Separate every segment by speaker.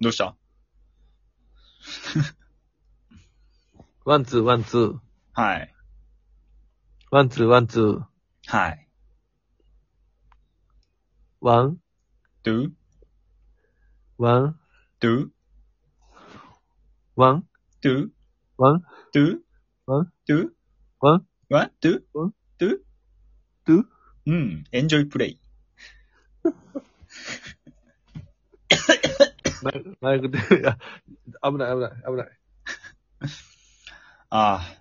Speaker 1: どうした
Speaker 2: ワンツー、ワンツー。
Speaker 1: はい。
Speaker 2: ワンツー、ワンツー。
Speaker 1: はい。
Speaker 2: ワン、
Speaker 1: do,
Speaker 2: ワン、
Speaker 1: do,
Speaker 2: ワン、
Speaker 1: do,
Speaker 2: ワン、
Speaker 1: do,
Speaker 2: ワン
Speaker 1: do,
Speaker 2: ワン、
Speaker 1: what, do,
Speaker 2: ワン
Speaker 1: do,
Speaker 2: Do
Speaker 1: うん、enjoy play.
Speaker 2: マイマイクで、あ危ない、危ない、危ない。
Speaker 1: ああ、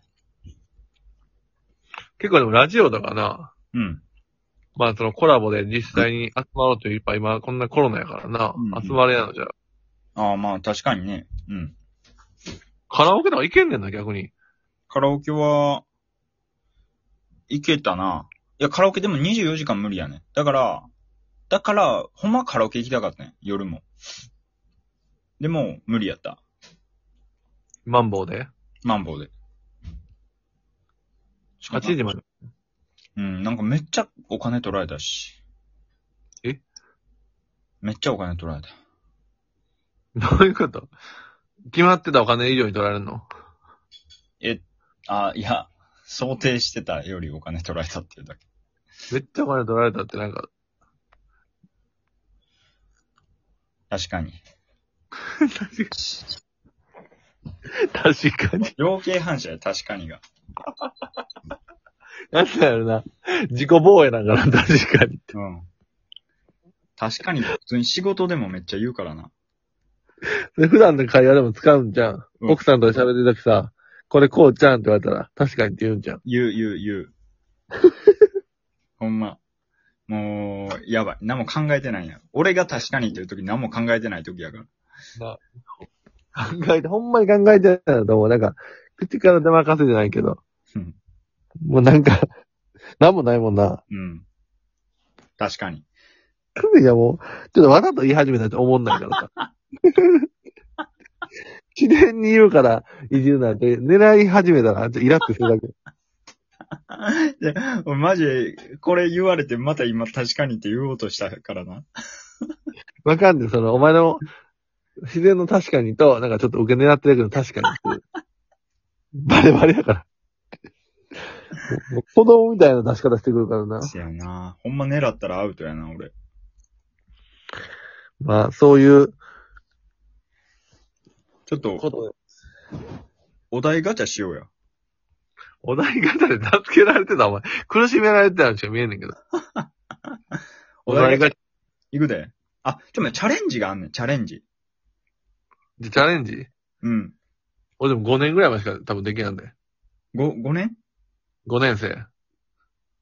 Speaker 2: 結構でもラジオだからな。
Speaker 1: うん、
Speaker 2: まあそのコラボで実際に集まろうといういっぱい今こんなコロナやからな
Speaker 1: うんうん。
Speaker 2: 集まれやのじゃ。
Speaker 1: ああ、まあ確かにね。うん。
Speaker 2: カラオケとか行けんねんな、逆に。
Speaker 1: カラオケは、いけたな。いや、カラオケでも24時間無理やね。だから、だから、ほんまはカラオケ行きたかったね。夜も。でも、無理やった。
Speaker 2: マンボウで。
Speaker 1: マンボウで。
Speaker 2: 8時まで。
Speaker 1: うん、なんかめっちゃお金取られたし。
Speaker 2: え
Speaker 1: めっちゃお金取られた。
Speaker 2: どういうこと決まってたお金以上に取られるの
Speaker 1: あ、いや、想定してたよりお金取られたっていうだけ。
Speaker 2: めっちゃお金取られたってなんか、
Speaker 1: 確か に。
Speaker 2: 確かに。
Speaker 1: 量刑反射や、確かにが。
Speaker 2: なんだよな。自己防衛なんかな、確かに。
Speaker 1: うん。確かに、普通に仕事でもめっちゃ言うからな。
Speaker 2: で普段の会話でも使うんじゃん。
Speaker 1: うん
Speaker 2: 奥さんと喋ってるときさ、これこうちゃんって言われたら、確かにって言うんじゃん。
Speaker 1: 言う、言う、言う。 ほんま。もう、やばい。何も考えてないやん。俺が確かにっていう時何も考えてない時やから。
Speaker 2: 考えて、ほんまに考えてないなと思う。なんか、口から出まかせじゃないけど。
Speaker 1: うん
Speaker 2: もうなんか、 なんもないもんな。
Speaker 1: うん。確かに。
Speaker 2: いやもう、ちょっとわざと言い始めたって思んないからさ。 自然に言うから、いじるなんて、狙い始めたら、ちょっとイラッとするだけ。
Speaker 1: で、俺 マジで、これ言われてまた今確かにって言おうとしたからな。
Speaker 2: わかんない。その、お前の、自然の確かにと、なんかちょっと受け狙ってるけど確かにって。バレバレやから。もう子供みたいな出し方してくるからな。
Speaker 1: せやな。ほんま狙ったらアウトやな、俺。
Speaker 2: まあ、そういう
Speaker 1: ちょっと、
Speaker 2: とで。
Speaker 1: お題ガチャしようや。
Speaker 2: お題型で助けられてた、お前。苦しめられてたのしか見えんねんけど。お題
Speaker 1: ガチャ
Speaker 2: が、
Speaker 1: いくで。あ、ちょ、っと待ってチャレンジがあんねん、チャレンジ。
Speaker 2: チャレンジ
Speaker 1: うん。
Speaker 2: 俺でも5年ぐらいまでしか多分できないんで。
Speaker 1: ご、5年
Speaker 2: 5年生。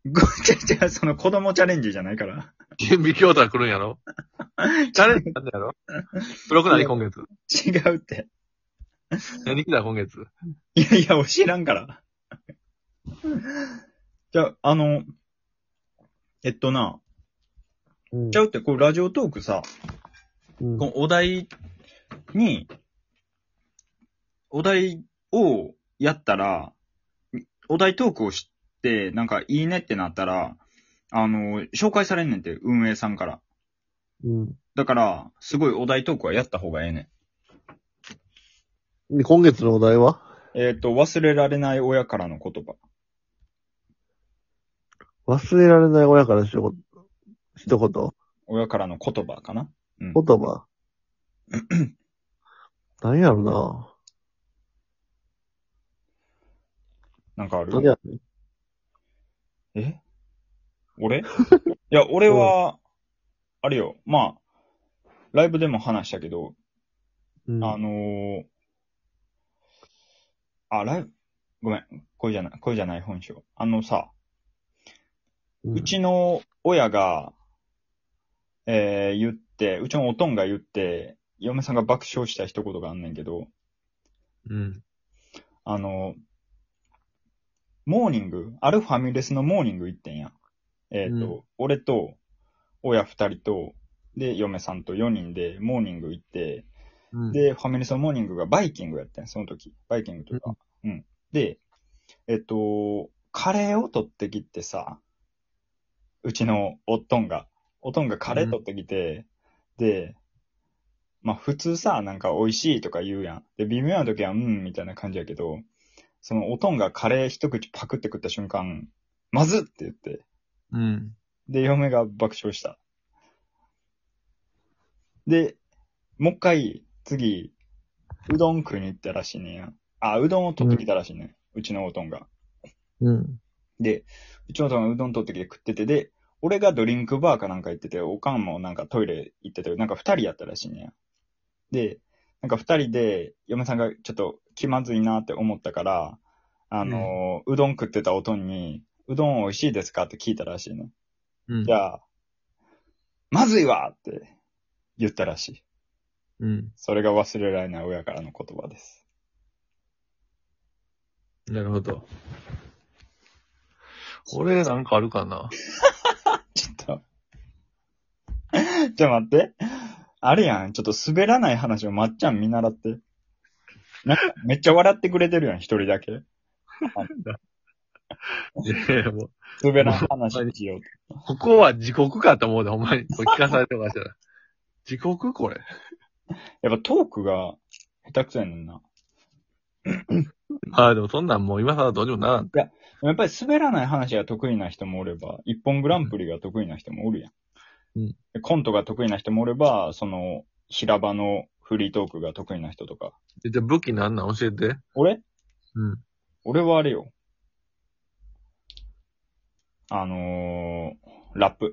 Speaker 1: ご、ちゃちゃ、その子供チャレンジじゃないから。
Speaker 2: 準備教徒が来るんやろチャレンジなんだやろ黒くない今月。
Speaker 1: 違うって。
Speaker 2: 何来た今月。
Speaker 1: いやいや、俺知らんから。 じゃあ、あの、えっとな、
Speaker 2: うん
Speaker 1: ちゃうって、こうラジオトークさ、このお題に、お題をやったら、お題トークをして、なんかいいねってなったら、あの、紹介されんねんって、運営さんから。
Speaker 2: うん。
Speaker 1: だから、すごいお題トークはやった方がええね
Speaker 2: で今月のお題は
Speaker 1: ん。えっ、と、忘れられない親からの言葉。
Speaker 2: 忘れられない親からしよう。一言
Speaker 1: 親からの言葉かな。
Speaker 2: 言 葉。何やろ
Speaker 1: な
Speaker 2: な
Speaker 1: んかあ
Speaker 2: 何や
Speaker 1: る
Speaker 2: ろ
Speaker 1: え俺 いや、俺は、あれよ、まあ、ライブでも話したけど、
Speaker 2: うん。
Speaker 1: あのー、あ、ライブ、ごめん、これじゃない、これじゃない本性。あのさ、
Speaker 2: うん
Speaker 1: う、ちの親が、えー、言って、うちのおとんが言って、嫁さんが爆笑した一言があんねんけど、
Speaker 2: うん。
Speaker 1: あの、モーニング、あるファミレスのモーニング行ってんや。えっ、と、
Speaker 2: う
Speaker 1: 俺と、親二人と、で、嫁さんと4人でモーニング行って、
Speaker 2: うん、
Speaker 1: で、ファミレスのモーニングがバイキングやってん、その時。バイキングとか。うん。で、えっ、と、カレーを取ってきてさ、うちのおっとんが、おっとんがカレー取ってきて、で、まあ普通さ、なんか美味しいとか言うやん。で、微妙な時は、うん、みたいな感じやけど、そのおとんがカレー一口パクって食った瞬間、まずっって言って、
Speaker 2: うん。
Speaker 1: で、嫁が爆笑した。で、もう一回、次、うどん食いに行ったらしいねんや。あ、うどんを取ってきたらしいね、ん、うちのおとんが。
Speaker 2: うん。
Speaker 1: で、うちのおとんがうどん取ってきて食ってて、で、俺がドリンクバーかなんか行ってて、おかんもなんかトイレ行ってて、なんか二人やったらしいねんや。で、なんか二人で、嫁さんがちょっと気まずいなって思ったから、あのーうどん食ってたおとんに、うどん美味しいですかって聞いたらしいね。
Speaker 2: うん
Speaker 1: じ。ゃあ、まずいわって言ったらしい。
Speaker 2: うん。
Speaker 1: それが忘れられない親からの言葉です。
Speaker 2: なるほど。俺、なんかあるかな。
Speaker 1: ちょっと。 ちょ、待って。あれやん。ちょっと滑らない話をまっちゃん見習って。なんか、めっちゃ笑ってくれてるやん、一人だけ。
Speaker 2: いやいやもう
Speaker 1: 滑らない話しようって。
Speaker 2: ここは時刻かと思うで、ほんまに。これ聞かされてまし たら。時刻これ。
Speaker 1: やっぱトークが下手くそやねんな。
Speaker 2: ああ、でもそんなんもう今更どうにもならん。
Speaker 1: やっぱり滑らない話が得意な人もおれば、一本グランプリが得意な人もおるやん。
Speaker 2: うん
Speaker 1: でコントが得意な人もおれば、その、平場のフリートークが得意な人とか。
Speaker 2: じゃあ武器なんなん教えて。
Speaker 1: 俺
Speaker 2: うん。
Speaker 1: 俺はあれよ。あのー、ラップ。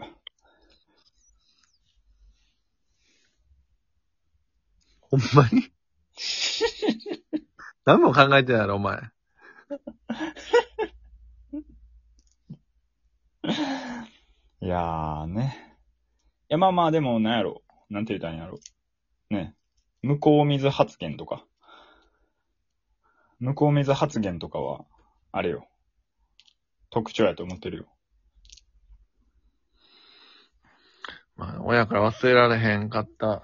Speaker 2: ほんま に何も考えてないやろ、お前。
Speaker 1: いやーね。いや、まあまあ、でも、なんやろ。なんて言ったらいいんやろ。ね。向こう水発言とか。向こう水発言とかは、あれよ。特徴やと思ってるよ。
Speaker 2: まあ、親から忘れられへんかった。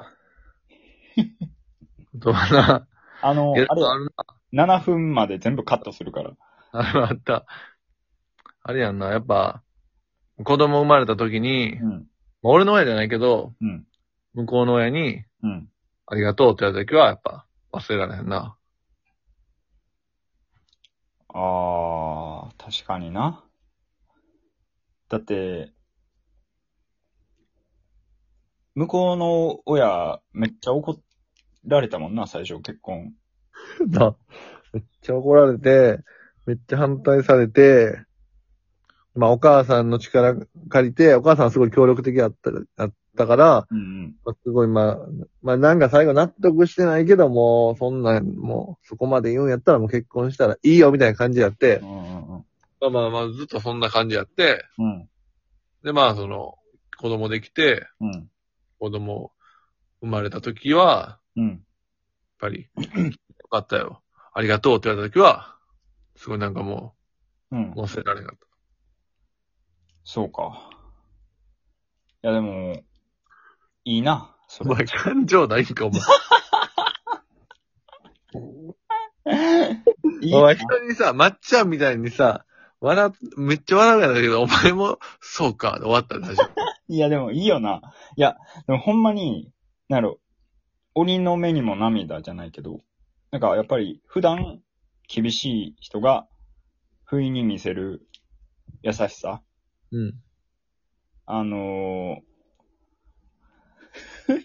Speaker 2: どうか な。
Speaker 1: あの、
Speaker 2: いや
Speaker 1: あれ
Speaker 2: ある
Speaker 1: 7分まで全部カットするから。
Speaker 2: あれはあった。あれやんな、やっぱ、子供生まれた時に、
Speaker 1: うん。
Speaker 2: まあ俺の親じゃないけど、
Speaker 1: うん。
Speaker 2: 向こうの親に、
Speaker 1: うん。
Speaker 2: ありがとうって言われた時は、やっぱ、忘れられへんな。
Speaker 1: あー、確かにな。だって、向こうの親、めっちゃ怒られたもんな、最初、結婚。
Speaker 2: な、めっちゃ怒られて、めっちゃ反対されて、まあ、お母さんの力借りて、お母さんはすごい協力的だった、だったから、
Speaker 1: うんうん。
Speaker 2: まあ、すごい、まあ、まあ、なんか最後納得してないけども、そんなん、もう、そこまで言うんやったらもう結婚したらいいよ、みたいな感じやって
Speaker 1: う、んうん
Speaker 2: まあまあまあ、ずっとそんな感じやって、
Speaker 1: うん。うん
Speaker 2: で、まあ、その、子供できて、
Speaker 1: うん。
Speaker 2: 子供生まれた時は、
Speaker 1: うん。
Speaker 2: やっぱり、よかったよ。ありがとうって言われた時は、すごいなんかも
Speaker 1: うん
Speaker 2: う、。忘れられなかった。
Speaker 1: そうか。いや、でも、いいな。そ
Speaker 2: お
Speaker 1: れ
Speaker 2: 前、感情ないんか、お前。
Speaker 1: いい
Speaker 2: お前、
Speaker 1: な
Speaker 2: 人にさ、まっちゃんみたいにさ、笑っ、めっちゃ笑うやんだけど、お前も、そうか、で終わったんだ、最初。
Speaker 1: いや、でもいいよな。いや、でもほんまに、なんやろ、鬼の目にも涙じゃないけど、なんかやっぱり普段厳しい人が不意に見せる優しさ。
Speaker 2: うん。
Speaker 1: あのー、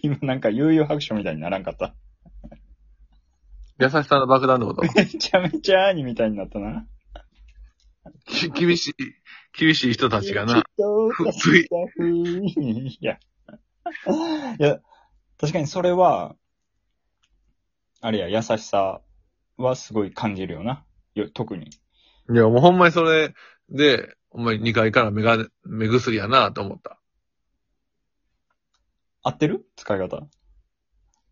Speaker 1: 今なんか悠々白書みたいにならんかった。
Speaker 2: 優しさの爆弾のこと。
Speaker 1: めちゃめちゃ兄みたいになったな。
Speaker 2: き厳しい、厳しい人たちが な。
Speaker 1: ふ
Speaker 2: 不
Speaker 1: い
Speaker 2: 意
Speaker 1: や。いや、確かにそれは、あれや、優しさはすごい感じるよな。よ特に。
Speaker 2: いや、もうほんまにそれで、お前2階から目が、目薬やなと思った。
Speaker 1: 合ってる使い方。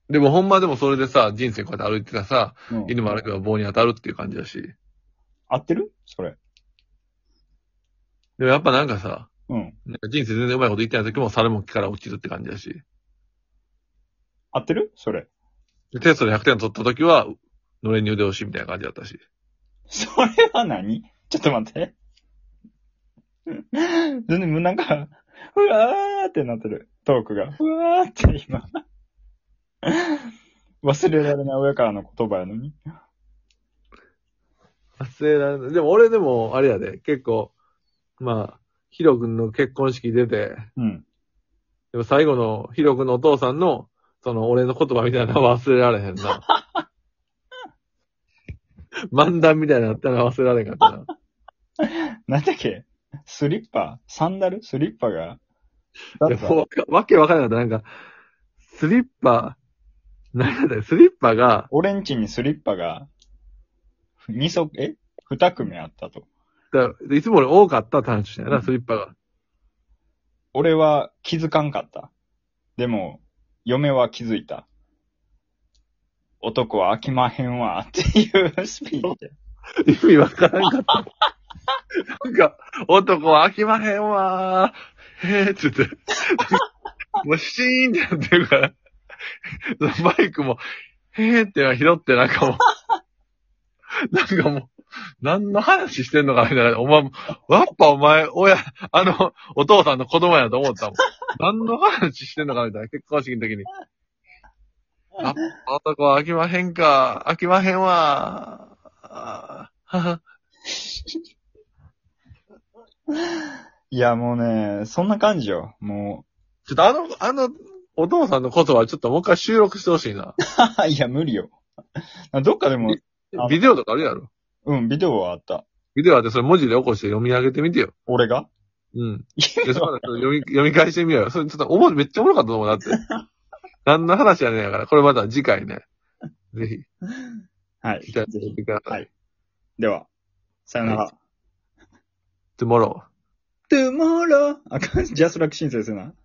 Speaker 2: でもほんまでもそれでさ、人生こうやって歩いてたらさ、
Speaker 1: うん
Speaker 2: 犬も歩けば棒に当たるっていう感じだし。
Speaker 1: 合ってるそれ。
Speaker 2: でもやっぱなんかさ、
Speaker 1: うん。
Speaker 2: なんか人生全然うまいこと言ってない時も猿も木から落ちるって感じだし。
Speaker 1: 合ってるそれ。
Speaker 2: でテストで100点取った時は、のれんに腕押しみたいな感じだったし。
Speaker 1: それは何ちょっと待って。全然もうなんか、うわーってなってる。トークが。うわーって今。忘れられない親からの言葉やのに。
Speaker 2: 忘れられない。でも俺でも、あれやで、結構、まあ、ヒロ君の結婚式出て、
Speaker 1: うん。
Speaker 2: でも最後のヒロ君のお父さんの、その俺の言葉みたいなのは忘れられへん な。漫談みたいなのあったら忘れられへんかったな。
Speaker 1: なんだっけスリッパサンダルスリッパが。
Speaker 2: いや、もうわけわからなかった。なんか、スリッパ、なんやったっけスリッパが、
Speaker 1: 俺んちにスリッパが、二足、え二組あったと。
Speaker 2: だいつも俺多かったって話やな、スリッパが。
Speaker 1: 俺は気づかんかった。でも、嫁は気づいた。男は飽きまへんわ、っていう スピーチ。
Speaker 2: 意味わからんかった。なんか、男は飽きまへんわー。へえ、つって。もうシーンってなってるから。バイクも、へえってのは拾ってなんかもう、なんかもう、何の話してんのかみたいな。お前、やっぱお前、親、あの、お父さんの子供やと思ったもん。何の話してんのかみたいな。結婚式の時に。やっぱ男は飽きまへんか。飽きまへんわー。あ あ、
Speaker 1: いや、もうね、そんな感じよ。も
Speaker 2: ちょっとあの、あの、お父さんの言葉ちょっともう一回収録してほしい
Speaker 1: う、
Speaker 2: な。
Speaker 1: いや、無理よ。どっかでも、あ
Speaker 2: ビデオとかあるやろ。
Speaker 1: うん、ビデオはあった。
Speaker 2: ビデオあってそれ文字で起こして読み上げてみてよ。
Speaker 1: 俺が
Speaker 2: うん。で、それ読み、読み返してみようよ。それちょっとおも、めっちゃおもろかったと思 うなって。何の話やねんやから。これまた次回ね。ぜひ、
Speaker 1: はい。
Speaker 2: 期待してくださ。
Speaker 1: はいいでは、さよなら。
Speaker 2: tomorrow.
Speaker 1: tomorrow! あかん、ジャスラック申請するな。